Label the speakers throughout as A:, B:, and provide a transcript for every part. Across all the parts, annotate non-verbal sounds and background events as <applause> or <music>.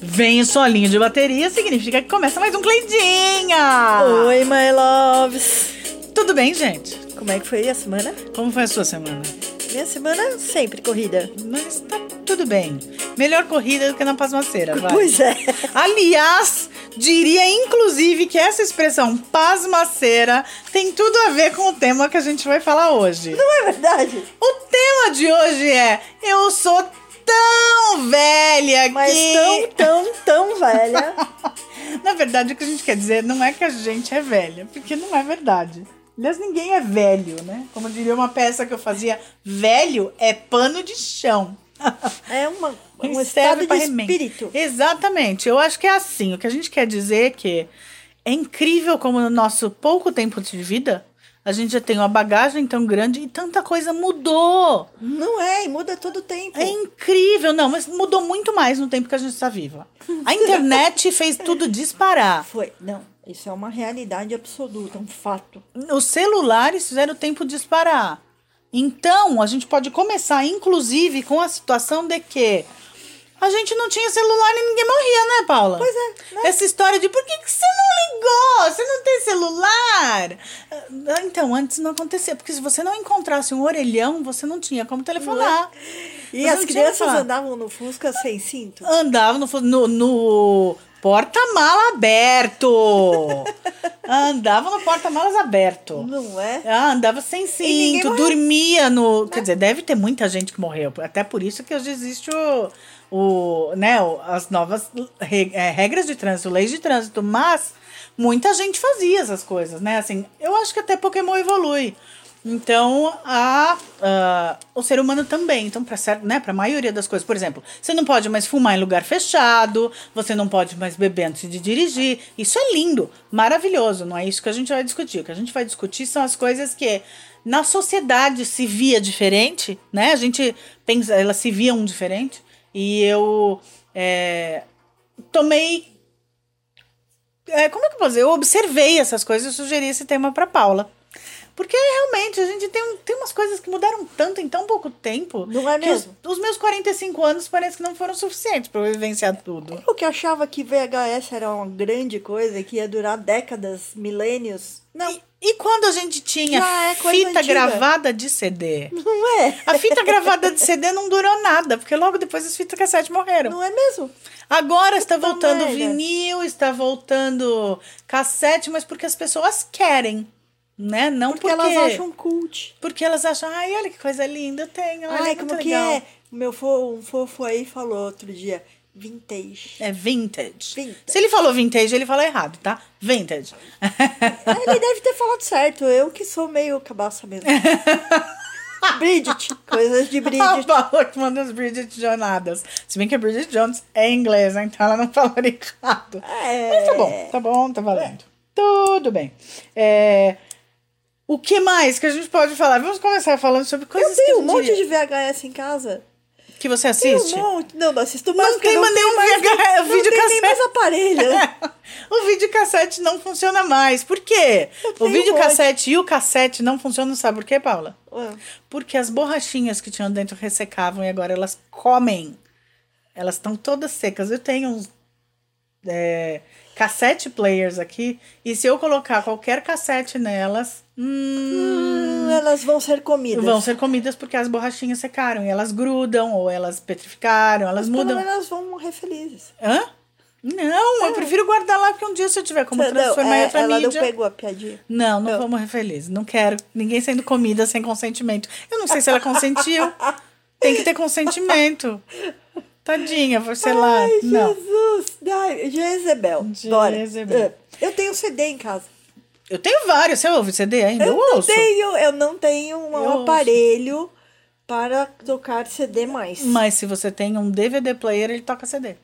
A: Vem o solinho de bateria, significa que começa mais um Cleidinha!
B: Oi, my loves!
A: Tudo bem, gente?
B: Como é que foi a semana?
A: Como foi a sua semana?
B: Minha semana sempre corrida.
A: Mas tá tudo bem. Melhor corrida do que na pasmaceira, vai.
B: Pois é. <laughs>
A: Aliás, diria inclusive que essa expressão pasmaceira tem tudo a ver com o tema que a gente vai falar hoje.
B: Não é verdade?
A: O tema de hoje é Eu sou tão velha
B: Mas
A: que...
B: tão, tão, tão <laughs> velha.
A: Na verdade, o que a gente quer dizer não é que a gente é velha, porque não é verdade. Aliás, ninguém é velho, né? Como diria uma peça que eu fazia, velho é pano de chão.
B: É uma, um
A: Serve
B: estado de
A: pra remendo.
B: espírito.
A: Exatamente. Eu acho que é assim. O que a gente quer dizer é que é incrível como no nosso pouco tempo de vida a gente já tem uma bagagem tão grande e tanta coisa mudou.
B: Não é, e muda todo o tempo.
A: É incrível. Não, mas mudou muito mais no tempo que a gente está viva. A internet fez tudo disparar.
B: Ah, Foi. Não, isso é uma realidade absoluta, um fato.
A: os celulares fizeram o tempo disparar. Então, a gente pode começar, inclusive, com a situação de que a gente não tinha celular e ninguém morria, né, Paula?
B: Pois é, né?
A: Essa história de por que, que você não ligou? Você não tem celular? Ah, Então, antes não acontecia, porque se você não encontrasse um orelhão, você não tinha como telefonar.
B: E
A: Você
B: as
A: não tinha
B: crianças
A: celular.
B: andavam no Fusca sem cinto.
A: Andava no, fu- no, no porta-mala
B: <laughs>
A: aberto. Andava no porta-malas aberto.
B: Não é?
A: Ah, andava sem
B: ninguém
A: cinto,
B: morreu. É.
A: dormia no. Quer dizer, deve ter muita gente que morreu. Até por isso que hoje existe o. o né, o- as novas re- eh, regras de trânsito, leis de trânsito. Mas muita gente fazia essas coisas, né? Assim, eu acho que até Pokémon evolui. Então, a, ah, o ser humano também. Então, para né, a maioria das coisas, por exemplo, você não pode mais fumar em lugar fechado, você não pode mais beber antes de dirigir. Isso é lindo, maravilhoso. Não é isso que a gente vai discutir. O que a gente vai discutir são as coisas que na sociedade se via diferente, né? A gente pensa, elas se viam diferente. E eu é, tomei. é, como é que eu posso dizer? Eu observei essas coisas e sugeri esse tema para Paula. Porque realmente a gente tem, um- tem umas coisas que mudaram tanto em tão pouco tempo.
B: Não é
A: que os-
B: mesmo?
A: os meus 45 anos parece que não foram suficientes para eu vivenciar tudo.
B: Eu que achava que VHS era uma grande coisa que ia durar décadas, milênios. Não,
A: E, e quando a gente tinha
B: Já é coisa
A: fita
B: antiga.
A: gravada de CD?
B: não é.
A: A fita gravada de CD não durou nada, porque logo depois as fitas cassete morreram.
B: Não é mesmo?
A: Agora está
B: Puta
A: voltando
B: merda.
A: vinil, está voltando cassete, mas porque as pessoas querem, né? Não
B: Porque
A: porque,
B: elas acham cult.
A: Porque elas acham, ai, olha que coisa linda, eu tenho, olha
B: Ai,
A: que
B: como
A: muito
B: que
A: legal.
B: é? O meu fo- um fofo aí falou outro dia, vintage.
A: É vintage.
B: Vintage.
A: Se ele falou vintage, ele falou errado, tá? Vintage.
B: <laughs> Ah, Ele deve ter falado certo, eu que sou meio cabaça mesmo. <laughs> Bridget, coisas de
A: A
B: Bridget.
A: Paula que manda as Bridget Jonadas. Se bem que a Bridget Jones é inglesa, então ela não <laughs> falou errado.
B: É.
A: Mas tá bom, tá bom, tá valendo. Tudo bem. É, O que mais que a gente pode falar? Vamos começar falando sobre
B: Eu
A: coisas que,
B: tenho
A: eu
B: um monte
A: diria-
B: de VHS em casa.
A: que você
B: Tem
A: assiste.
B: um monte. Não, não assisto mais
A: Não
B: porque
A: tem
B: não
A: mais nenhum VHS,
B: não
A: <laughs> vídeo
B: tem nem mais
A: cassete.
B: <laughs> aparelho.
A: o videocassete não funciona mais. Por quê?
B: Eu
A: O
B: tenho um
A: videocassete e o cassete não funcionam, sabe por quê, Paula?
B: Ué,
A: Porque as borrachinhas que tinham dentro ressecavam e agora elas comem. Elas estão todas secas. Eu tenho uns é, cassete players aqui. E se eu colocar qualquer cassete nelas, hum,
B: hum, Elas vão ser comidas.
A: vão ser comidas porque as borrachinhas secaram. E elas grudam, ou elas petrificaram, elas
B: Mas pelo
A: mudam.
B: menos elas vão morrer felizes.
A: Hã? Não, eu prefiro guardar lá porque um dia se eu tiver como
B: Entendeu?
A: transformar
B: É,
A: em outra
B: ela
A: mídia.
B: não pegou a piadinha.
A: Não, não
B: Eu-
A: vou morrer feliz. Não quero ninguém sendo comida sem consentimento. Eu não sei se ela consentiu. Tem que ter consentimento. Tadinha, você lá.
B: Ai,
A: Não.
B: Jesus. Ai, Jezebel. Bora.
A: Jezebel.
B: É. Eu tenho CD em casa.
A: Eu tenho vários. Você ouve CD ainda?
B: Eu,
A: Eu,
B: não
A: ouço.
B: tenho, eu não tenho um
A: Eu ouço.
B: aparelho para tocar CD mais.
A: Mas se você tem um DVD player, ele toca CD.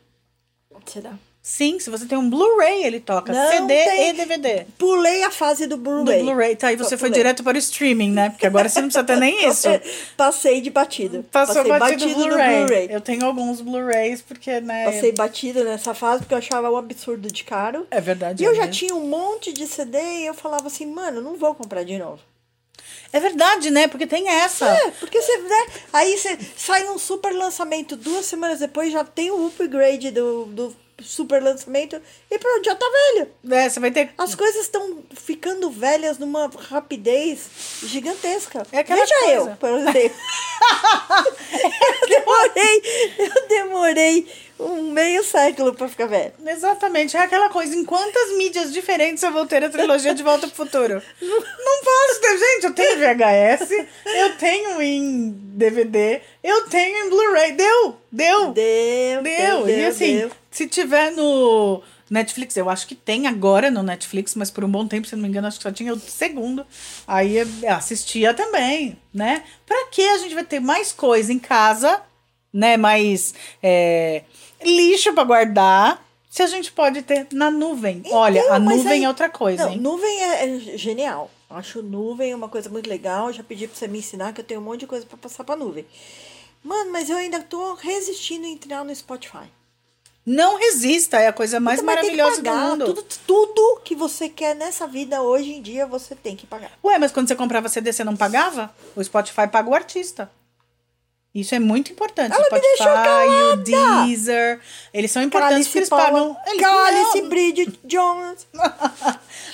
B: Será?
A: Sim, se você tem um Blu-ray, ele toca
B: Não
A: CD
B: tem.
A: e DVD.
B: Pulei a fase do
A: Do
B: Blu-ray.
A: Blu-ray. Tá, e você
B: Só
A: foi
B: pulei.
A: direto para o streaming, né? Porque agora você não precisa ter nem isso.
B: Passei de batido.
A: Passou
B: <laughs> Passei
A: batido, o
B: batido no Blu-ray.
A: Blu-ray. Eu tenho alguns Blu-rays, porque, né?
B: Passei batido nessa fase porque eu achava um absurdo de caro.
A: É verdade.
B: E eu
A: é
B: já
A: mesmo.
B: tinha um monte de CD e eu falava assim, mano, não vou comprar de novo.
A: É verdade, né? Porque tem essa.
B: É, porque você, né? Aí você sai um super lançamento duas semanas depois já tem o upgrade do, do super lançamento e pronto, já tá velho.
A: É, você vai ter.
B: As coisas estão ficando velhas numa rapidez gigantesca.
A: É aquela
B: Veja
A: coisa.
B: eu, por
A: <laughs>
B: exemplo. eu demorei, eu demorei um meio século pra ficar velho.
A: Exatamente, é aquela coisa. Em quantas mídias diferentes eu vou ter a trilogia de Volta pro Futuro? Não posso ter, gente. Eu tenho VHS, eu tenho em DVD, eu tenho em Blu-ray. Deu! Deu!
B: Deu,
A: Deu! E assim,
B: deu.
A: se tiver no Netflix, eu acho que tem agora no Netflix, mas por um bom tempo, se não me engano, acho que só tinha o segundo. Aí eu assistia também, né? Pra que a gente vai ter mais coisa em casa, né? Mais é, lixo pra guardar. Se a gente pode ter na nuvem. Olha, a
B: Então, mas
A: nuvem
B: aí-
A: é outra coisa,
B: Não,
A: hein?
B: nuvem é, é genial. Acho nuvem uma coisa muito legal. Já pedi pra você me ensinar que eu tenho um monte de coisa pra passar pra nuvem. Mano, mas eu ainda tô resistindo a entrar no Spotify.
A: Não resista, é a coisa mais
B: Puta, Então, mas tem que
A: maravilhosa do
B: pagar.
A: mundo.
B: Tudo, tudo que você quer nessa vida hoje em dia, você tem que pagar.
A: Ué, mas quando você comprava CD, você não pagava? O Spotify paga o artista. Isso é muito importante. o
B: Ela me deixou
A: Spotify, o Deezer. Eles são importantes porque eles pagam. Eles
B: Cálice Bridget Jones.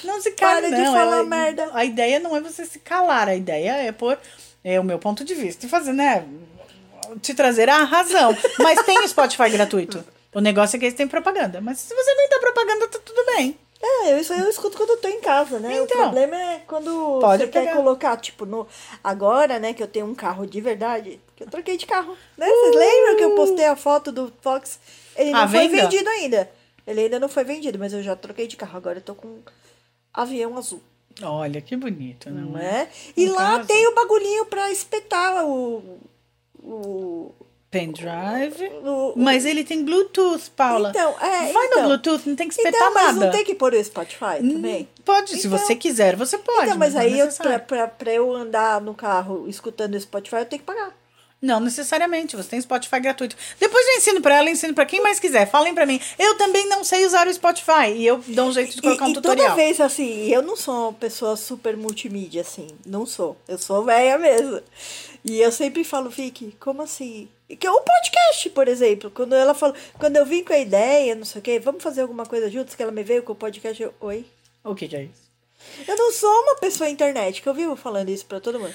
A: não <laughs> se cala,
B: Para de
A: não.
B: falar
A: Ela-
B: merda.
A: A ideia não é você se calar, a ideia é pôr é, o meu ponto de vista e fazer, né? Te trazer a razão. Mas tem Spotify gratuito. O negócio é que eles têm propaganda. Mas se você não dá propaganda, tá tudo bem.
B: É, eu, isso eu escuto quando eu tô em casa, né?
A: Então.
B: o problema é quando
A: Pode
B: você quer
A: pegar.
B: colocar, tipo, no... agora, né, que eu tenho um carro de verdade, que eu troquei de carro, né?
A: Uh!
B: Vocês lembram que eu postei a foto do Fox? Ele
A: À
B: não foi
A: Ah, venda?
B: vendido ainda. Ele ainda não foi vendido, mas eu já troquei de carro. Agora eu tô com um avião azul,
A: Olha, que bonito, não é?
B: né? E
A: Um
B: lá
A: carro
B: tem o bagulhinho pra espetar o... o...
A: Pendrive.
B: o-
A: Mas ele tem Bluetooth, Paula.
B: Então, é,
A: Vai
B: então.
A: no Bluetooth, não tem que espetar
B: então, mas
A: nada. Hum,
B: não tem que pôr o Spotify também?
A: Pode, se
B: Então-
A: você quiser, você pode.
B: Então, mas
A: não é
B: aí eu, pra,
A: necessário.
B: pra, pra eu andar no carro escutando o Spotify, eu tenho que pagar.
A: Não necessariamente, você tem Spotify gratuito. Depois eu ensino pra ela, ensino pra quem mais quiser. Falem pra mim. Eu também não sei usar o Spotify e eu dou um jeito de colocar
B: e,
A: um
B: e
A: tutorial.
B: toda vez, assim, eu não sou uma pessoa super multimídia, assim. Não sou. Eu sou velha mesmo. E eu sempre falo, Vicky, como assim? Que o podcast, por exemplo, quando ela falou, quando eu vim com a ideia, não sei o quê, vamos fazer alguma coisa juntos, que ela me veio com o podcast, eu, oi.
A: O que, que é isso?
B: Eu não sou uma pessoa internet, que eu vivo falando isso pra todo mundo.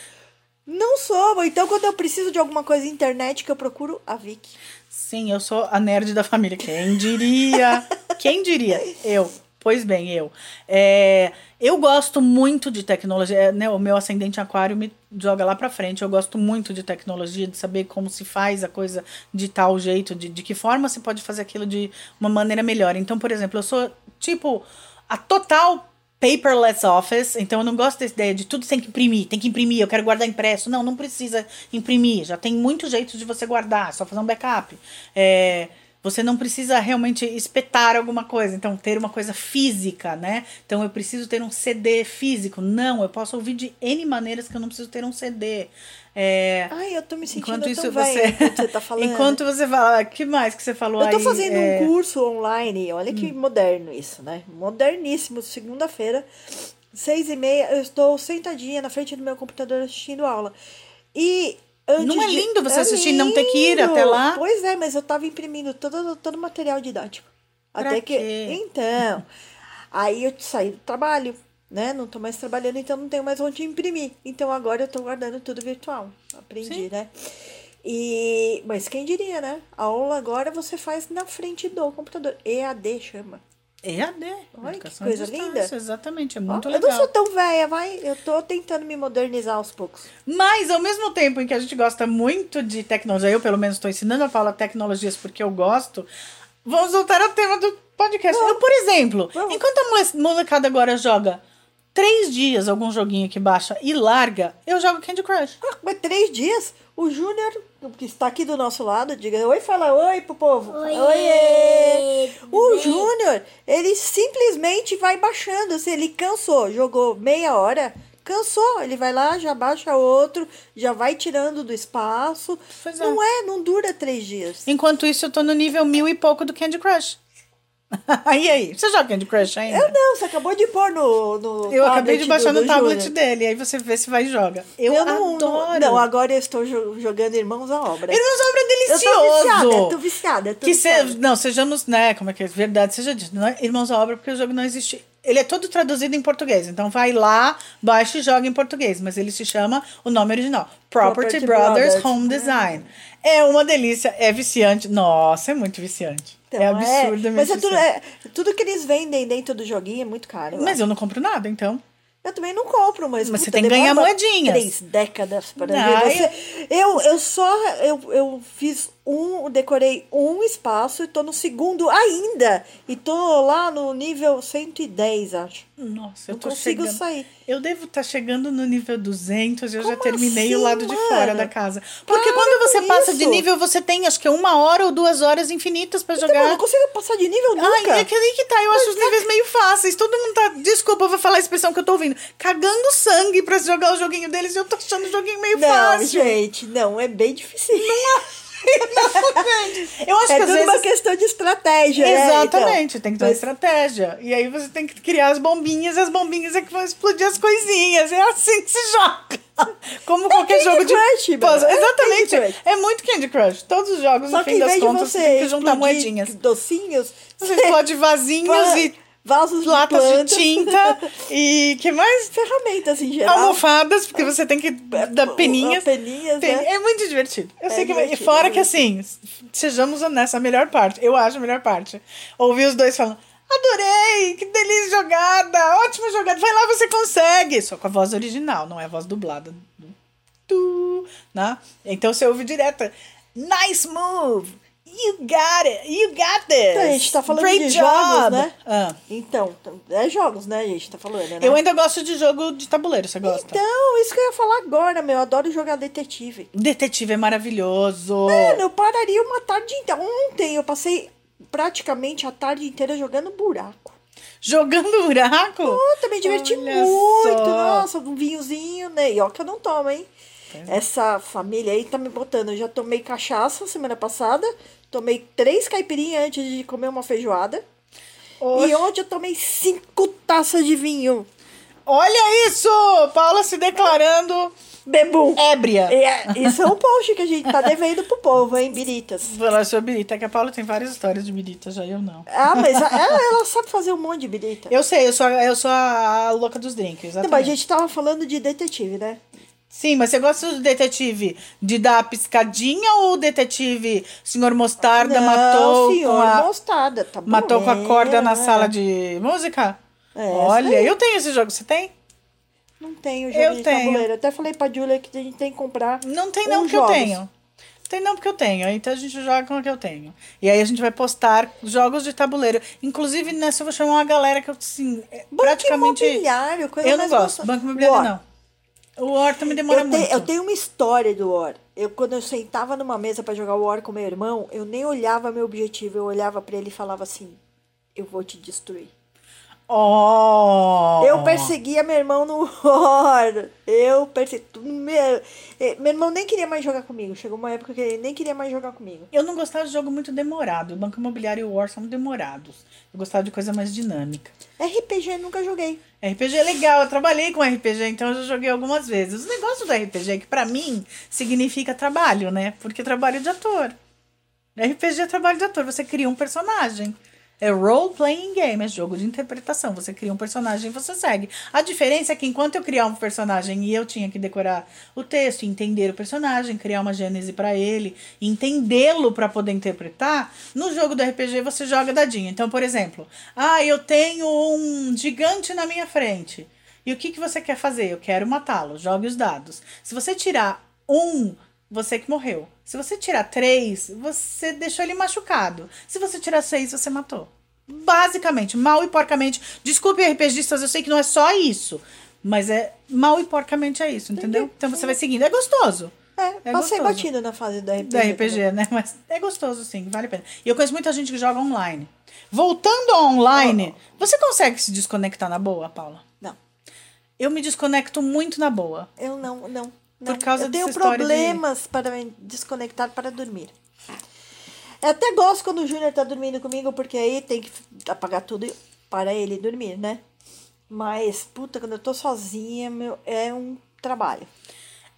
B: Não sou, então quando eu preciso de alguma coisa internet que eu procuro a Vicky.
A: Sim, eu sou a nerd da família. Quem diria? Quem diria? Eu. Pois bem, eu. É, eu gosto muito de tecnologia. é, Né, o meu ascendente aquário me joga lá pra frente. Eu gosto muito de tecnologia, de saber como se faz a coisa de tal jeito, de, de que forma se pode fazer aquilo de uma maneira melhor. Então, por exemplo, eu sou tipo a total paperless office, então eu não gosto dessa ideia de tudo tem que imprimir, tem que imprimir, eu quero guardar impresso. Não, não precisa imprimir, já tem muito jeito de você guardar, é só fazer um backup. É, você não precisa realmente espetar alguma coisa, então ter uma coisa física, né? Então eu preciso ter um CD físico. Não, eu posso ouvir de N maneiras que eu não preciso ter um CD. É,
B: Ai, eu tô me sentindo
A: enquanto
B: tão
A: isso
B: velha
A: você.
B: enquanto você tá falando.
A: enquanto você fala, "Ah, que mais que você falou
B: Eu tô
A: aí?
B: fazendo
A: É, Hum.
B: um curso online, olha que moderno isso, né? Moderníssimo, segunda-feira, seis e meia, eu estou sentadinha na frente do meu computador assistindo aula. E antes
A: Não é
B: de-
A: lindo você assistir e não ter que ir
B: lindo!
A: até lá?
B: Pois é, mas eu tava imprimindo todo todo o material didático.
A: Pra
B: até que
A: quê?
B: então, aí eu saí do trabalho, né? Não tô mais trabalhando, então não tenho mais onde imprimir. Então agora eu tô guardando tudo virtual. Aprendi,
A: Sim.
B: né? E, mas quem diria, né? A aula agora você faz na frente do computador. EAD chama.
A: EAD.
B: um Olha que
A: educação à
B: coisa
A: distância,
B: linda.
A: Exatamente, é
B: Ó,
A: muito
B: eu
A: legal.
B: não sou tão velha, vai. Eu tô tentando me modernizar aos poucos.
A: Mas ao mesmo tempo em que a gente gosta muito de tecnologia, eu pelo menos estou ensinando a Paula tecnologias porque eu gosto, vamos voltar ao tema do podcast. Eu, por exemplo,
B: Vamos.
A: enquanto a mole- molecada agora joga três dias algum joguinho que baixa e larga, eu jogo Candy Crush.
B: Ah, mas três dias, o Júnior, que está aqui do nosso lado, diga oi, fala oi pro povo.
C: Oiê, tudo
B: O
C: bem?
B: Júnior, ele simplesmente vai baixando. Assim, ele cansou, jogou meia hora, cansou. Ele vai lá, já baixa outro, já vai tirando do espaço.
A: Pois é.
B: Não é, não dura três dias.
A: Enquanto isso, eu tô no nível mil e pouco do Candy Crush. e <laughs> aí? Você joga Candy Crush ainda?
B: Eu não, você acabou de pôr no. no
A: Eu acabei
B: tablet
A: de baixar
B: do-
A: no
B: do
A: tablet
B: Júnior.
A: dele, aí você vê se vai e joga. Eu,
B: Eu não,
A: adoro.
B: não. Não, agora eu estou jo- jogando Irmãos à Obra.
A: Irmãos à Obra é
B: Eu
A: delicioso.
B: tô viciada, eu tô viciada. eu tô
A: que se,
B: viciada.
A: não, sejamos, né, como é que é? Verdade, seja dito, não é Irmãos à Obra, porque o jogo não existe. Ele é todo traduzido em português, então vai lá, baixa e joga em português, mas ele se chama o nome original: Property,
B: Property
A: Brothers,
B: Brothers.
A: Home Design. É uma delícia, é viciante. Nossa, é muito viciante.
B: Então,
A: é absurdamente
B: Mas é tudo,
A: viciante.
B: é- tudo que eles vendem dentro do joguinho é muito caro. eu
A: Mas eu não compro nada, então.
B: Eu também não compro, mas.
A: Mas você
B: puta,
A: tem que ganhar
B: demora
A: moedinhas.
B: Três décadas para
A: Ah,
B: ver você. Eu, eu só. Eu, eu fiz um, decorei um espaço e tô no segundo ainda. E tô lá no nível 110, acho.
A: Nossa, eu
B: Não
A: tô
B: consigo
A: chegando.
B: sair.
A: Eu devo estar chegando no nível 200 e eu já
B: Como
A: terminei o
B: assim,
A: lado de fora
B: mano?
A: da casa. Porque
B: Para
A: quando você
B: com
A: passa de
B: isso.
A: nível, você tem acho que uma hora ou duas horas infinitas pra
B: Então, eu
A: jogar.
B: não consigo passar de nível nunca.
A: É. Ai, é que aí que tá. Eu acho os níveis meio fáceis. Todo mundo tá. Desculpa, eu vou falar a expressão que eu tô ouvindo. Cagando sangue pra jogar o joguinho deles e eu tô achando o joguinho meio
B: não,
A: é <laughs> fácil.
B: gente, não, é bem difícil.
A: Eu acho
B: é
A: que às
B: tudo uma
A: vezes.
B: questão de estratégia. né?
A: Exatamente, tem que ter uma
B: mas-
A: estratégia. E aí você tem que criar as bombinhas, e as bombinhas é que vão explodir as coisinhas. É assim que se
B: <laughs>
A: joga. Como qualquer
B: É Candy
A: jogo de
B: Crush, mano.
A: puzzle.
B: É
A: Exatamente.
B: Candy Crush.
A: É muito Candy Crush. Todos os jogos,
B: Só
A: no
B: que
A: fim
B: em
A: das
B: vez
A: contas,
B: de
A: você
B: você
A: tem que juntar
B: explodir
A: moedinhas.
B: docinhos,
A: Você explode
B: <laughs>
A: vasinhos
B: pla-
A: e
B: vasos de
A: latas
B: plantas,
A: de
B: <laughs>
A: tinta e que mais?
B: ferramentas em geral. Tipo,
A: Almofadas, porque você tem que dar peninhas.
B: Peninhas,
A: Tem-
B: né?
A: É muito divertido. Eu
B: É
A: sei que
B: divertido,
A: fora
B: é
A: que assim, sejamos honestos, a melhor parte, eu acho a melhor parte. Ouvir os dois falando: "Adorei, que delícia de jogada, ótima jogada. Vai lá, você consegue". Só com a voz original, não é a voz dublada. Tu, né? Então você ouve direto: "Nice move. You got it. You got this".
B: Então, a gente tá falando
A: Great
B: de
A: job.
B: jogos, né?
A: Ah,
B: Então, é jogos, né, gente? Tá falando, né?
A: eu ainda gosto de jogo de tabuleiro, você gosta?
B: Então, isso que eu ia falar agora, meu. Eu adoro jogar detetive.
A: Detetive é maravilhoso.
B: Mano, eu pararia uma tarde inteira. Ontem eu passei praticamente a tarde inteira jogando buraco.
A: Jogando buraco?
B: Puta, me diverti
A: Olha só.
B: muito. Nossa, um vinhozinho, né? E ó que eu não tomo, hein?
A: é.
B: Essa família aí tá me botando. Eu já tomei cachaça semana passada. Tomei três caipirinhas antes de comer uma feijoada.
A: Oxe.
B: E ontem eu tomei cinco taças de vinho.
A: Olha isso! Paula se declarando
B: Bebum.
A: ébria.
B: É, isso é um post que a gente tá devendo pro povo, hein, Biritas?
A: Falar sobre birita, que a Paula tem várias histórias de birita, já eu não.
B: Ah, mas a- ela, ela sabe fazer um monte de birita.
A: Eu sei, eu sou, a- eu sou a, a louca dos drinks,
B: Não, mas a
A: exatamente.
B: gente tava falando de detetive, né?
A: Sim, mas você gosta do detetive de dar a piscadinha ou o detetive senhor Mostarda
B: não,
A: matou com
B: senhor,
A: a,
B: mostarda, tá bom,
A: matou com a corda na
B: né?
A: sala de música?
B: É, isso
A: Olha,
B: aí.
A: eu tenho esse jogo, você tem?
B: Não tenho jogo
A: Eu
B: de
A: tenho.
B: tabuleiro. Eu até falei pra Julia que a gente tem que comprar.
A: Não tem não
B: uns
A: porque
B: jogos.
A: eu tenho. Tem não porque eu tenho. Então a gente joga com o que eu tenho. E aí a gente vai postar jogos de tabuleiro. Inclusive, nessa eu vou chamar uma galera que eu, assim, é
B: Banco
A: praticamente...
B: imobiliário, coisa
A: Eu não
B: mais
A: gosto.
B: gostosa.
A: Banco imobiliário, é
B: War.
A: não. O War também demora
B: Eu, te-
A: muito.
B: eu tenho uma história do War. Eu, quando eu sentava numa mesa pra jogar War com meu irmão, eu nem olhava meu objetivo. Eu olhava pra ele e falava assim, eu vou te destruir.
A: Oh!
B: Eu perseguia meu irmão no <laughs> horror. Eu persegui. Meu, eh, meu irmão nem queria mais jogar comigo. Chegou uma época que ele nem queria mais jogar comigo.
A: Eu não gostava de jogo muito demorado. O Banco Imobiliário e o War são demorados. Eu gostava de coisa mais dinâmica.
B: RPG eu nunca joguei.
A: RPG é legal, eu trabalhei com RPG, então eu já joguei algumas vezes. O negócio do RPG é que pra mim significa trabalho, né? Porque trabalho de ator. RPG é trabalho de ator, você cria um personagem. É role playing game, é jogo de interpretação. Você cria um personagem e você segue. A diferença é que enquanto eu criar um personagem e eu tinha que decorar o texto, entender o personagem, criar uma gênese pra ele, entendê-lo pra poder interpretar, no jogo do RPG você joga dadinho. Então, por exemplo, ah, eu tenho um gigante na minha frente. E o que, que você quer fazer? Eu quero matá-lo. Jogue os dados. Se você tirar um, você que morreu. Se você tirar três, você deixou ele machucado. Se você tirar seis, você matou. Basicamente, mal e porcamente. Desculpe, RPGistas, eu sei que não é só isso. Mas é mal e porcamente é isso, entendeu?
B: Entendi.
A: Então você vai seguindo. É gostoso.
B: É,
A: É
B: passei
A: gostoso.
B: batido na fase da RPG.
A: Da RPG, né? Mas é gostoso, sim, vale a pena. E eu conheço muita gente que joga online. Voltando ao online, você consegue se desconectar na boa, Paula?
B: Não.
A: Eu me desconecto muito na boa.
B: Eu não, não.
A: Por
B: não.
A: causa
B: Eu tenho
A: dessa história de-
B: problemas para me desconectar para dormir. Eu até gosto quando o Júnior tá dormindo comigo, porque aí tem que apagar tudo para ele dormir, né? Mas, puta, quando eu tô sozinha, meu, é um trabalho.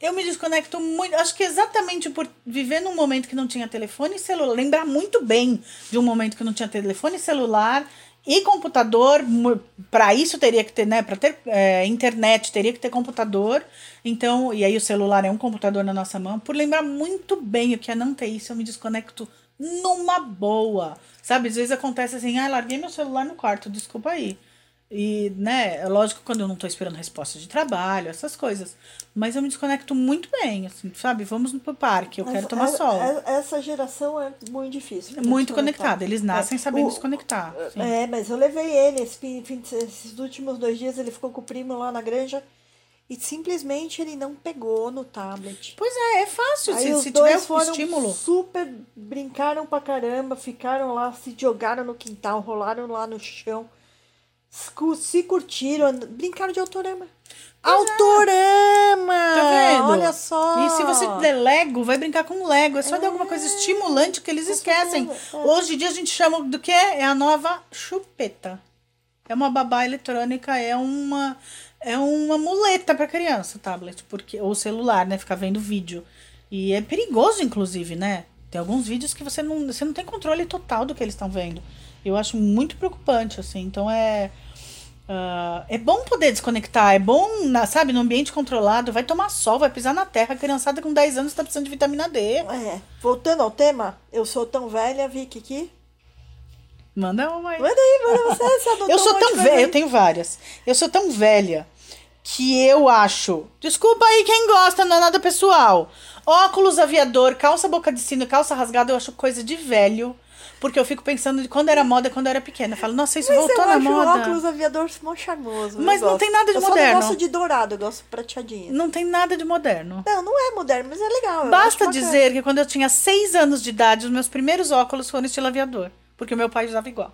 A: Eu me desconecto muito. Acho que exatamente por viver num momento que não tinha telefone e celular. Lembrar muito bem de um momento que não tinha telefone, celular e computador. Para isso teria que ter, né? Para ter é, internet, teria que ter computador. Então, e aí o celular é um computador na nossa mão. Por lembrar muito bem o que é não ter isso, eu me desconecto numa boa. Sabe? Às vezes acontece assim: ah, larguei meu celular no quarto, desculpa aí. E, né, é lógico quando eu não tô esperando resposta de trabalho, essas coisas. Mas eu me desconecto muito bem, assim, sabe? Vamos pro parque, eu quero
B: Essa-
A: tomar
B: é-
A: sol.
B: é- Essa geração é muito difícil. pra
A: muito
B: desconectar.
A: conectada. Eles nascem
B: É,
A: sabendo
B: o-
A: desconectar. sim.
B: É, mas eu levei ele. Esse fim, fim de se- esses últimos dois dias ele ficou com o primo lá na granja e simplesmente ele não pegou no tablet.
A: Pois é, é fácil.
B: Aí
A: se
B: os
A: se tiver
B: dois
A: o
B: foram
A: estímulo.
B: super brincaram pra caramba, ficaram lá, se jogaram no quintal, rolaram lá no chão, escu- se curtiram, and- brincaram de autorama. Autorama!
A: é. Tá vendo?
B: Olha só!
A: E se você der Lego, vai brincar com Lego. É só de alguma coisa estimulante que eles esquecem. Hoje em dia a gente chama do que é? É a nova chupeta. É uma babá eletrônica, é uma é uma muleta para criança, o tablet, porque ou celular, né, ficar vendo vídeo. E é perigoso inclusive, né? Tem alguns vídeos que você não você não tem controle total do que eles estão vendo. Eu acho muito preocupante assim. Então é ah, é bom poder desconectar, é bom, na- sabe, no ambiente controlado, vai tomar sol, vai pisar na terra. A criançada com 10 anos tá precisando de vitamina D.
B: É, voltando ao tema, eu sou tão velha, Vicky, que.
A: Manda uma aí.
B: Manda aí, manda você, você
A: <laughs>
B: adotou
A: Eu
B: um
A: sou
B: monte
A: tão
B: de coisa
A: velha, eu
B: aí.
A: tenho várias. Eu sou tão velha que eu acho. Desculpa aí quem gosta, não é nada pessoal. Óculos aviador, calça boca de sino, calça rasgada, eu acho coisa de velho. Porque eu fico pensando de quando era moda, quando eu era pequena. Eu falo, nossa, isso
B: Mas
A: voltou
B: eu
A: na
B: acho
A: moda.
B: o um óculos aviador mó charmoso. eu
A: Mas não
B: gosto.
A: tem nada de
B: eu Eu
A: moderno.
B: não gosto de dourado, eu gosto prateadinho.
A: Não tem nada de moderno.
B: Não, não é moderno, mas é legal. eu
A: Basta
B: acho bacana.
A: dizer que quando eu tinha seis anos de idade, os meus primeiros óculos foram estilo aviador. Porque o meu pai usava igual.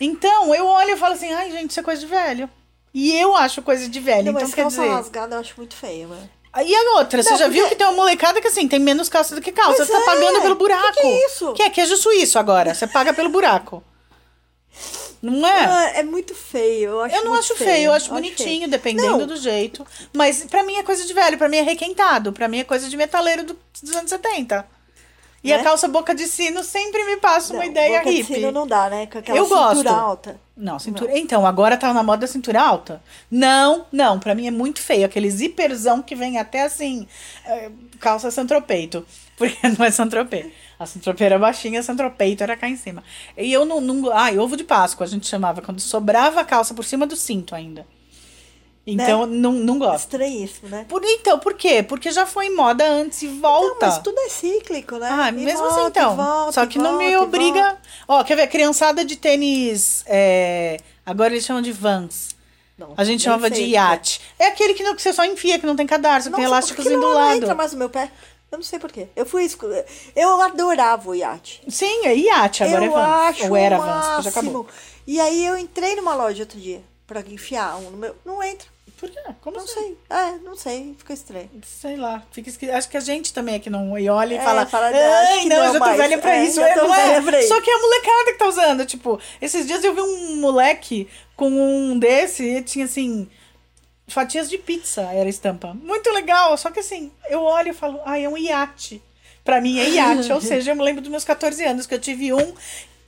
A: Então, eu olho e falo assim, ai, gente, isso é coisa de velho. E eu acho coisa de velho.
B: Não,
A: então,
B: mas
A: quer
B: calça
A: dizer...
B: rasgada eu acho muito feia, mano.
A: E a outra, você
B: Não,
A: já viu
B: porque-
A: que tem uma molecada que assim, tem menos calça do que calça.
B: Pois
A: Você tá
B: é,
A: pagando pelo
B: que
A: buraco.
B: que é isso?
A: Que é queijo suíço agora. Você paga pelo buraco. Não é?
B: Ah, é muito feio. Eu, acho
A: Eu não
B: muito
A: acho feio, eu acho bonitinho,
B: feio.
A: dependendo
B: Não.
A: do jeito. Mas pra mim é coisa de velho, pra mim é requentado, pra mim é coisa de metaleiro do- dos anos 70. E
B: Né?
A: a calça boca de sino sempre me passa uma
B: Não,
A: ideia
B: boca de
A: hippie.
B: sino não dá, né? Com aquela
A: Eu
B: cintura
A: gosto.
B: alta.
A: Não, cintura. Então, agora tá na moda cintura alta? Não, não, pra mim é muito feio. Aquele zíperzão que vem até assim, eh, calça santropeito. <laughs> Porque não é santropê. A santropê era baixinha, a santropeito era cá em cima. E eu não, não. Ai, ovo de Páscoa a gente chamava, quando sobrava a calça por cima do cinto ainda. Então,
B: Né?
A: não, não gosto.
B: Estranhíssimo, né?
A: Por, então, por quê? Porque já foi em moda antes e volta.
B: Não, mas tudo é cíclico, né?
A: Ah,
B: E
A: mesmo assim
B: volta,
A: então.
B: e volta,
A: Só
B: e
A: que não
B: volta,
A: me
B: e volta.
A: obriga. Ó, quer ver? Criançada de tênis. é, Agora eles chamam de vans.
B: Não,
A: A gente
B: nem
A: chamava de
B: sei.
A: iate. É aquele que, não, que você só enfia, que não tem cadarço,
B: Nossa,
A: tem elásticos
B: por que
A: do
B: não
A: lado.
B: entra mais no meu pé? Eu não sei porquê. Eu fui. esco- Eu adorava o iate.
A: Sim, é iate, agora é
B: eu
A: vans.
B: acho
A: Ou era
B: o
A: vans, porque já
B: máximo.
A: acabou.
B: E aí eu entrei numa loja outro dia pra enfiar um no meu. Não entra.
A: Por quê? Como
B: Não
A: assim?
B: sei. É, não sei. Ficou estranho.
A: Sei lá. Fica esqui- Acho que a gente também é que não e olha e
B: É,
A: fala.
B: fala,
A: Ai,
B: acho que
A: não, eu
B: não
A: já tô
B: mais."
A: velha pra
B: É,
A: isso.
B: já
A: É,
B: tô
A: não é.
B: velha pra isso.
A: Só que é a molecada que tá usando. Tipo, esses dias eu vi um moleque com um desse e tinha assim. Fatias de pizza era a estampa. Muito legal, só que assim, eu olho e falo, ai, é um iate. Pra mim é iate,
B: <laughs>
A: ou seja, eu me lembro dos meus 14 anos que eu tive um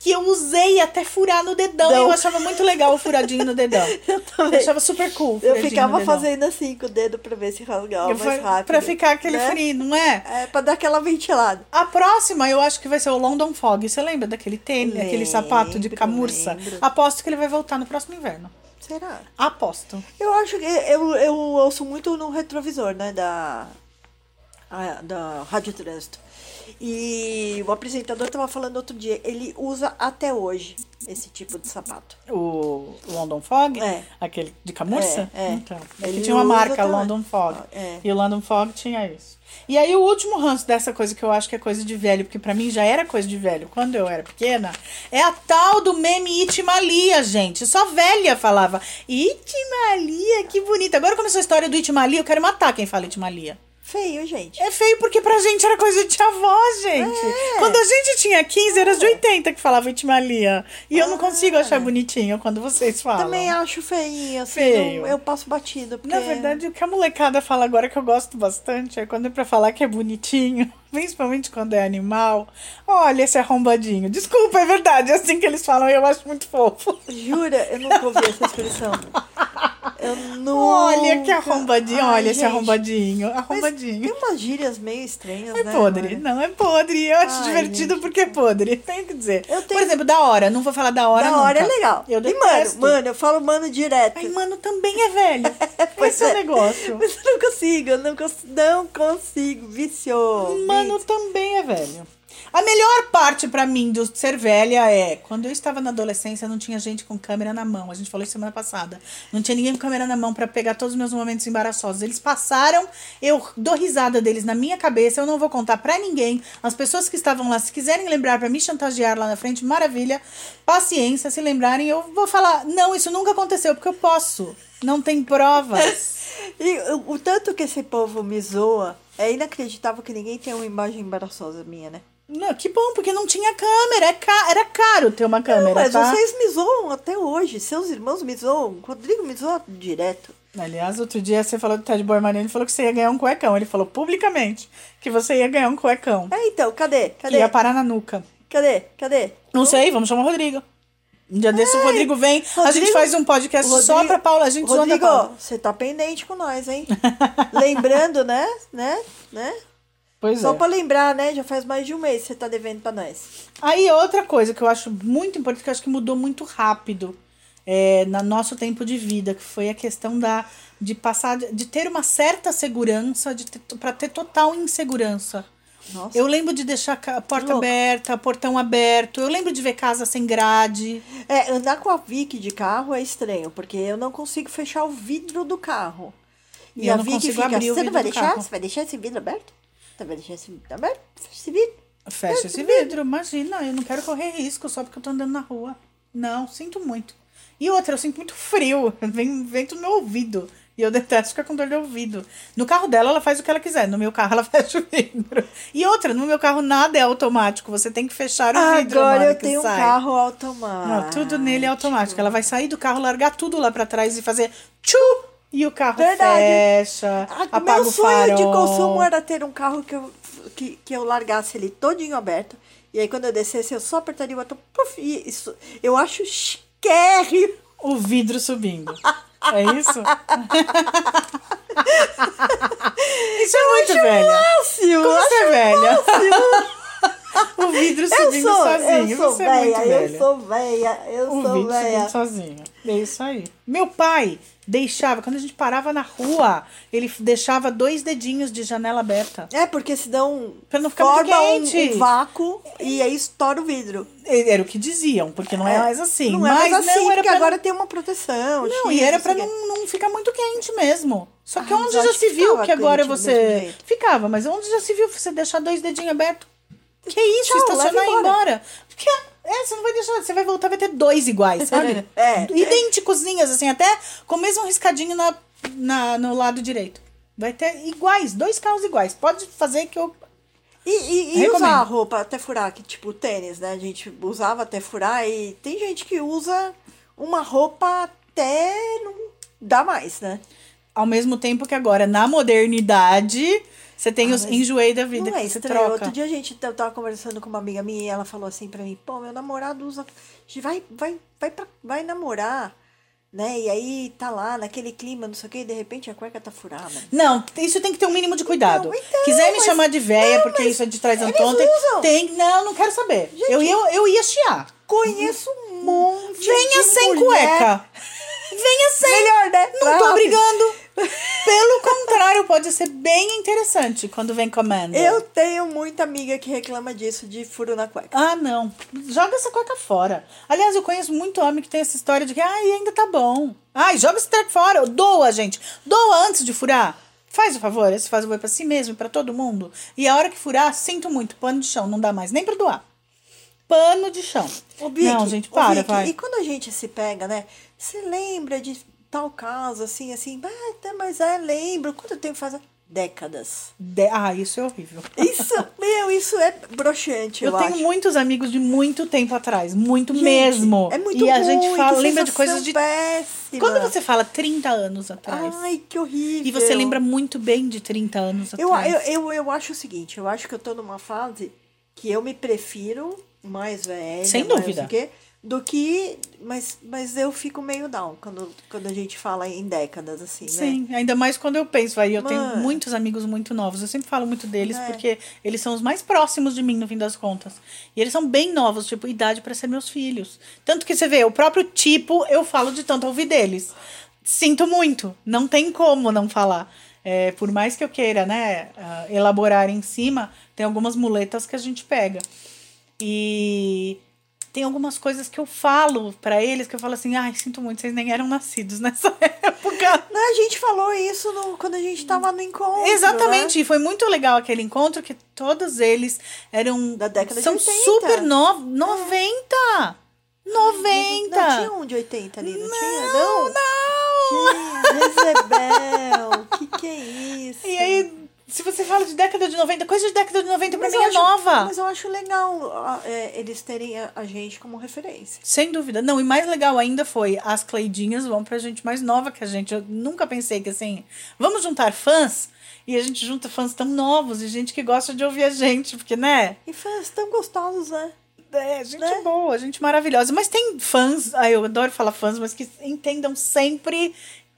A: que eu usei até furar no dedão.
B: Não.
A: Eu achava muito legal o furadinho no dedão.
B: <laughs> Eu
A: Eu
B: também.
A: achava super cool. o
B: Eu
A: furadinho no
B: ficava
A: dedão.
B: fazendo assim com o dedo pra ver se rasgava
A: Eu
B: mais
A: fa-
B: rápido.
A: Pra ficar aquele
B: né?
A: frio, não é?
B: É, pra dar aquela ventilada.
A: A próxima eu acho que vai ser o London Fog. Você lembra daquele tênis, aquele
B: Lembro,
A: sapato de camurça?
B: lembro.
A: Aposto que ele vai voltar no próximo inverno.
B: Será?
A: Aposto.
B: Eu acho que eu, eu ouço muito no retrovisor, né? Da, a- da Rádio Trânsito. E o apresentador tava falando outro dia, ele usa até hoje esse tipo de sapato.
A: O London Fog?
B: É.
A: Aquele de camurça?
B: É, é.
A: Então, é que
B: Ele
A: tinha uma
B: usa
A: marca,
B: também.
A: London Fog.
B: É.
A: E o London Fog tinha isso. E aí o último ranço dessa coisa que eu acho que é coisa de velho, porque pra mim já era coisa de velho quando eu era pequena, é a tal do meme Itimalia, gente. Só velha falava. Itimalia, que bonita. Agora começou a história do Itimalia, eu quero matar quem fala Itimalia.
B: Feio, gente.
A: É feio porque pra gente era coisa de avó, gente.
B: É.
A: Quando a gente tinha 15, era de 80 que falava Itimalia. E eu não consigo achar bonitinho quando vocês falam.
B: Ah. Também acho é. feinho, assim.
A: Feio.
B: não- eu passo batido. Porque...
A: Na verdade, o que a molecada fala agora que eu gosto bastante é quando é pra falar que é bonitinho, <laughs> principalmente quando é animal. Olha esse arrombadinho. Desculpa, é verdade. É assim que eles falam e eu acho muito fofo.
B: Jura? Eu nunca ouvi
A: <laughs>
B: essa expressão. Eu nunca...
A: Olha que arrombadinho.
B: Ai,
A: olha esse
B: gente,
A: arrombadinho.
B: mas
A: Arrombadinho.
B: Tem umas gírias meio estranhas,
A: É
B: né?
A: podre.
B: Mara?
A: Não, é podre. Eu acho
B: Ai,
A: divertido
B: gente.
A: porque é podre. Tenho que dizer.
B: Eu tenho-
A: Por exemplo, da hora. Não vou falar da hora
B: Da
A: nunca.
B: hora é legal.
A: Eu
B: e mano,
A: detesto.
B: mano, eu falo mano direto.
A: Ai, mano, também é velho.
B: <laughs> Pois
A: Esse é o
B: é.
A: negócio.
B: Mas <laughs> eu não consigo, eu não, cons não consigo, viciou.
A: Mano, também é velho. A melhor parte pra mim do ser velha é quando eu estava na adolescência, não tinha gente com câmera na mão. A gente falou isso semana passada. Não tinha ninguém com câmera na mão pra pegar todos os meus momentos embaraçosos. Eles passaram, eu dou risada deles na minha cabeça, eu não vou contar pra ninguém. As pessoas que estavam lá, se quiserem lembrar pra me chantagear lá na frente, maravilha. Paciência, se lembrarem, eu vou falar: "Não, isso nunca aconteceu, porque eu posso. Não tem
B: <laughs>
A: provas".
B: E o, o tanto que esse povo me zoa, é inacreditável que ninguém tenha uma imagem embaraçosa minha, né?
A: Não, que bom, porque não tinha câmera. É ca- Era caro ter uma câmera,
B: Não, mas
A: tá?
B: vocês me zoam até hoje. Seus irmãos me zoam. O Rodrigo me zoa direto.
A: Aliás, outro dia você falou tá do Ted Bormarino, ele falou que você ia ganhar um cuecão. Ele falou publicamente que você ia ganhar um cuecão.
B: É, então, cadê?
A: Que
B: Cadê?
A: ia parar na nuca.
B: Cadê? Cadê?
A: Não sei, vamos chamar o Rodrigo. Um dia desse o Rodrigo vem, a gente
B: Rodrigo-
A: faz um podcast só pra Paula, a gente zoando a
B: Rodrigo,
A: Paula.
B: você tá pendente com nós, hein? <laughs> Lembrando, né? Né? Né?
A: Pois
B: Só
A: é.
B: pra lembrar, né? Já faz mais de um mês que você tá devendo pra nós.
A: Aí outra coisa que eu acho muito importante, que eu acho que mudou muito rápido é, no nosso tempo de vida, que foi a questão da, de passar, de ter uma certa segurança, de ter, pra ter total insegurança.
B: Nossa.
A: Eu lembro de deixar ca- a porta
B: Louco.
A: aberta, portão aberto. Eu lembro de ver casa sem grade.
B: É, andar com a Vicky de carro é estranho, porque eu não consigo fechar o vidro do carro.
A: E
B: E,
A: eu
B: a
A: não
B: Vicky
A: consigo
B: fica,
A: abrir o
B: você
A: vidro
B: não vai
A: do
B: deixar?
A: carro."
B: Você vai deixar esse vidro aberto? Você vai deixar esse vidro aberto? Fecha esse vidro.
A: Fecha esse vidro, imagina. Eu não quero correr risco só porque eu tô andando na rua. Não, sinto muito. E outra, eu sinto muito frio. <laughs> Vem vento no meu ouvido. E eu detesto ficar com dor de ouvido. No carro dela, ela faz o que ela quiser. No meu carro, ela <laughs> fecha o vidro. E outra, no meu carro, nada é automático. Você tem que fechar o vidro. na
B: Agora
A: hora
B: eu
A: que
B: tenho um
A: sai.
B: carro automático.
A: Não, tudo nele é automático. Ela vai sair do carro, largar tudo lá pra trás e fazer tchu! E o carro
B: Verdade.
A: fecha.
B: Ah,
A: apaga
B: meu
A: o
B: sonho
A: farol.
B: de consumo era ter um carro que eu, que, que eu largasse ele todinho aberto. E aí, quando eu descesse, eu só apertaria o botão. Puf, e isso, eu acho chiquérrimo.
A: O vidro subindo. É
B: <laughs>
A: isso? isso é muito velha.
B: Fácil,
A: Como
B: eu
A: você é velha? <laughs> o vidro
B: Eu
A: subindo
B: sou,
A: sozinho.
B: eu sou
A: Você é
B: véia,
A: muito velha.
B: eu sou véia, eu
A: o
B: sou
A: vídeo
B: véia.
A: subindo sozinho. É isso aí. Meu pai deixava, quando a gente parava na rua, ele deixava dois dedinhos de janela aberta.
B: É, porque senão
A: Pra não ficar muito
B: forma
A: quente.
B: um, um vácuo e aí estoura o vidro.
A: Era o que diziam, porque não é, mais assim.
B: Não é
A: mas
B: mais assim,
A: não era
B: porque
A: pra
B: agora é tem uma proteção.
A: Não,
B: X,
A: e era
B: sei
A: pra
B: o quê.
A: não, não ficar muito quente mesmo. Só que
B: Ah,
A: onde
B: mas
A: já
B: acho
A: se
B: que
A: viu
B: ficava
A: que agora
B: quente do mesmo
A: você.
B: jeito.
A: Ficava, mas onde já se viu você deixar dois dedinhos abertos? Que isso,
B: Tchau,
A: estacionar e ir
B: leva embora.
A: embora. Porque é, você não vai deixar, você vai voltar, vai ter dois
B: <laughs>
A: iguais, sabe?
B: É.
A: Idênticozinhas, assim, até com o mesmo riscadinho na, na, no lado direito. Vai ter iguais, dois carros iguais. Pode fazer que eu.
B: E, e, e
A: Recomendo.
B: usar a roupa até furar, que tipo tênis, né? A gente usava até furar e tem gente que usa uma roupa até não dá mais, né?
A: Ao mesmo tempo que agora, na modernidade, você tem
B: Ah,
A: os
B: mas
A: enjoei da vida
B: Não
A: que
B: é
A: você
B: estranho.
A: troca.
B: Outro dia a gente eu tava conversando com uma amiga minha e ela falou assim pra mim, pô, meu namorado usa. Vai, vai, vai, pra, vai namorar, né? E aí tá lá naquele clima, não sei o que, e de repente a cueca tá furada.
A: Não, isso tem que ter um mínimo de cuidado.
B: Então, então,
A: Quiser me
B: mas-
A: chamar de véia, porque isso é de trás
B: eles
A: antônio,
B: usam.
A: tem. Não, não quero saber. eu, ia, eu ia chiar.
B: Conheço um monte
A: Venha
B: de
A: sem
B: mulher.
A: cueca. Venha sem.
B: Melhor, né?
A: Não
B: Vai
A: tô
B: lá,
A: brigando.
B: <laughs>
A: Pelo contrário, pode ser bem interessante quando vem comando.
B: Eu tenho muita amiga que reclama disso, de furo na cueca.
A: Ah, não. Joga essa cueca fora. Aliás, eu conheço muito homem que tem essa história de que, ai, ainda tá bom. Ai, joga esse treco fora. Doa, gente. Doa antes de furar. Faz o favor, esse faz o favor pra si mesmo e pra todo mundo. E a hora que furar, sinto muito. Pano de chão, não dá mais nem pra doar. Pano de chão.
B: Ô, Vicky,
A: não, gente,
B: ô,
A: para,
B: Vicky,
A: vai.
B: E quando a gente se pega, né? Você lembra de tal caso, assim, assim, ah, tá, mas é, lembro. Quanto tempo faz? décadas.
A: De- Ah, isso é horrível.
B: Isso, meu, isso é broxante, eu,
A: Eu, tenho
B: acho.
A: muitos amigos de muito tempo atrás, muito
B: Gente,
A: mesmo.
B: É muito
A: E a gente
B: ruim,
A: fala,
B: que
A: lembra de
B: sensação
A: coisas de.
B: Péssima.
A: Quando você fala 30 anos atrás.
B: Ai, que horrível.
A: E você lembra muito bem de 30 anos
B: Eu,
A: atrás.
B: eu, eu, eu acho o seguinte, eu acho que eu tô numa fase que eu me prefiro mais velha,
A: Sem
B: mais
A: dúvida.
B: não sei o quê, do que. Mas, mas eu fico meio down quando, quando a gente fala em décadas, assim, né?
A: Sim, ainda mais quando eu penso aí. Eu tenho
B: Mano.
A: muitos amigos muito novos. Eu sempre falo muito deles
B: É.
A: porque eles são os mais próximos de mim, no fim das contas. E eles são bem novos, tipo, idade para ser meus filhos. Tanto que você vê, o próprio tipo, eu falo de tanto ouvir deles. Sinto muito. Não tem como não falar. É, por mais que eu queira, né, ah, elaborar em cima, tem algumas muletas que a gente pega. E tem algumas coisas que eu falo pra eles que eu falo assim: ai, sinto muito, vocês nem eram nascidos nessa <laughs> época.
B: Não, a gente falou isso no- quando a gente tava no encontro.
A: Exatamente, e foi muito legal aquele encontro que todos eles eram
B: Da década de
A: são
B: 80.
A: super novos, 90.
B: Né? Não,
A: 90.
B: tinha um de 80 ali, não, tinha? Não, não! Jezebel, que que é isso?
A: E aí, se você fala de década de 90, coisa de década de 90 pra
B: Mas
A: mim
B: eu
A: é
B: acho-
A: nova.
B: Mas eu acho legal a- é, eles terem a, a gente como referência.
A: Sem dúvida. Não, e mais legal ainda foi as Cleidinhas vão pra gente mais nova que a gente. Eu nunca pensei que assim, vamos juntar fãs e a gente junta fãs tão novos e gente que gosta de ouvir a gente, porque, né?
B: E fãs tão gostosos, né?
A: É, gente
B: Né?
A: boa, gente maravilhosa. Mas tem fãs, ah, eu adoro falar fãs, mas que entendam sempre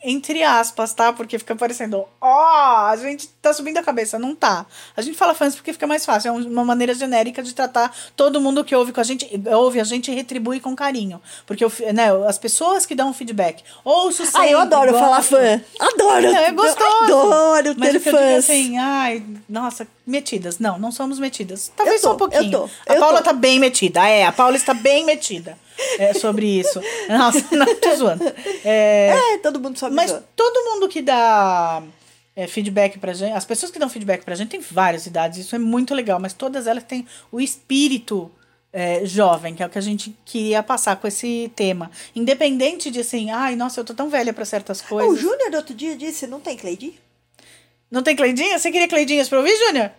A: entre aspas, tá? Porque fica parecendo, ó, a gente tá subindo a cabeça, não tá. A gente fala fãs porque fica mais fácil, é um- uma maneira genérica de tratar todo mundo que ouve com a gente, ouve a gente e retribui com carinho. Porque, eu fi- né, as pessoas que dão feedback, ouço sempre.
B: Ah, eu adoro
A: gosto.
B: falar fã. Adoro.
A: Não, é gostoso.
B: Adoro
A: Mas
B: ter
A: o que eu digo
B: fãs.
A: assim, ai, nossa, metidas. Não, não somos metidas. Talvez
B: Eu tô,
A: só um pouquinho.
B: eu tô,
A: a
B: eu
A: Paula
B: tô.
A: tá bem metida. É, a Paula está bem metida é, sobre isso. Nossa, <laughs> não, tô zoando. É,
B: É, todo mundo sabe
A: mas
B: fã.
A: todo mundo que dá é, feedback pra gente, as pessoas que dão feedback pra gente tem várias idades, isso é muito legal, mas todas elas têm o espírito é, jovem, que é o que a gente queria passar com esse tema. Independente de assim, ai, nossa, eu tô tão velha pra certas
B: É, O
A: coisas.
B: Júnior outro dia disse, não tem Cleide?
A: Não tem Cleidinha? Você queria Cleidinhas pra ouvir, Júnior?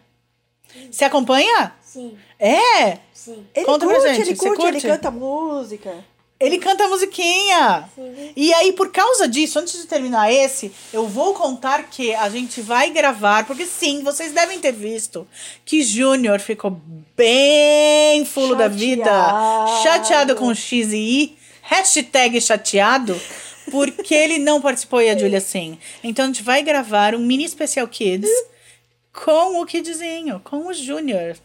A: Você acompanha?
C: Sim,
A: É!
C: sim.
B: Ele
A: Conta pra
B: curte,
A: gente,
B: ele
A: você
B: curte, ele
A: curte?
B: canta música.
A: Ele canta a musiquinha!
C: Sim.
A: E aí, por causa disso, antes de terminar esse, eu vou contar que a gente vai gravar, porque sim, vocês devem ter visto que Júnior ficou bem fulo da vida,
B: Chateado.
A: chateado com X e I, hashtag chateado, porque ele não participou e a Júlia sim. Então a gente vai gravar um mini especial Kids com o Kidzinho, com o Júnior.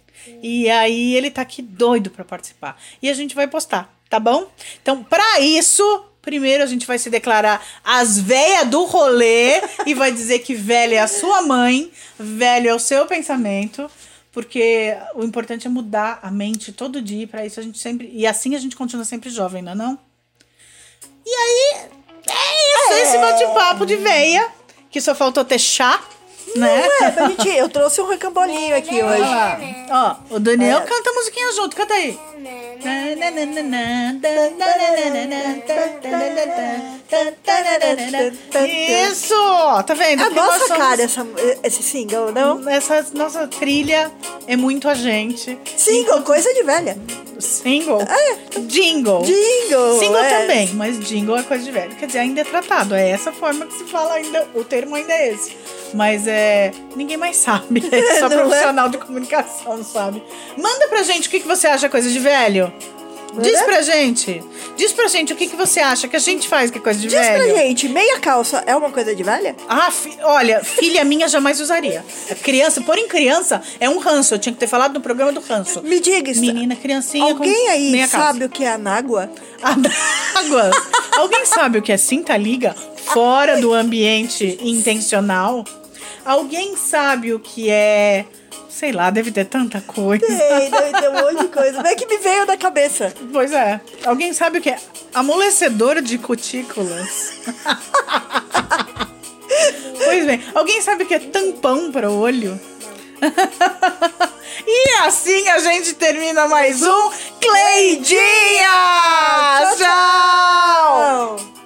A: E aí ele tá aqui doido pra participar. E a gente vai postar, tá bom? Então, pra isso, primeiro a gente vai se declarar as véia do rolê e vai dizer que velha é a sua mãe, velho é o seu pensamento. Porque o importante é mudar a mente todo dia, e pra isso a gente sempre. E assim a gente continua sempre jovem, não é? Não? E aí, é isso, esse bate-papo de véia, que só faltou ter chá, né?
B: É, mas, gente, eu trouxe um recambolinho aqui
A: Olha
B: hoje.
A: lá. Ó, o Daniel
B: É.
A: canta a musiquinha junto, canta aí. Isso! Tá vendo?
B: É A
A: Porque nós
B: nossa
A: somos- Hum.
B: cara, essa, esse single, não?
A: Essa nossa trilha é muito a gente.
B: Single, coisa de velha.
A: Single? Jingle.
B: É. Jingle.
A: Single
B: é.
A: também, mas jingle é coisa de velho. Quer dizer, ainda é tratado. É essa forma que se fala ainda. O termo ainda é esse. Mas é. Ninguém mais sabe.
B: <laughs>
A: É só
B: Não é?
A: profissional de comunicação, sabe? Manda pra gente o que, que você acha coisa de velho. Diz
B: é?
A: pra gente. Diz pra gente o que, que você acha que a gente faz que é coisa de
B: Diz
A: velho.
B: pra gente, meia calça é uma coisa de velha?
A: Ah, fi- olha, filha minha jamais usaria. A criança, por em criança, é um ranço. Eu tinha que ter falado no programa do ranço.
B: Me diga isso.
A: Menina, criancinha
B: Alguém
A: com
B: aí
A: meia calça.
B: sabe o que é anágua?
A: Águas. Alguém sabe o que é cinta liga fora do ambiente intencional? Alguém sabe o que é. Sei lá, deve ter tanta coisa.
B: Tem, deve ter um monte de coisa. Mas é que me veio da cabeça.
A: Pois é. Alguém sabe o que é amolecedor de cutículas? pois bem. Alguém sabe o que é tampão para o olho? e assim a gente termina mais um Cleidinha! Tchau!
B: Não.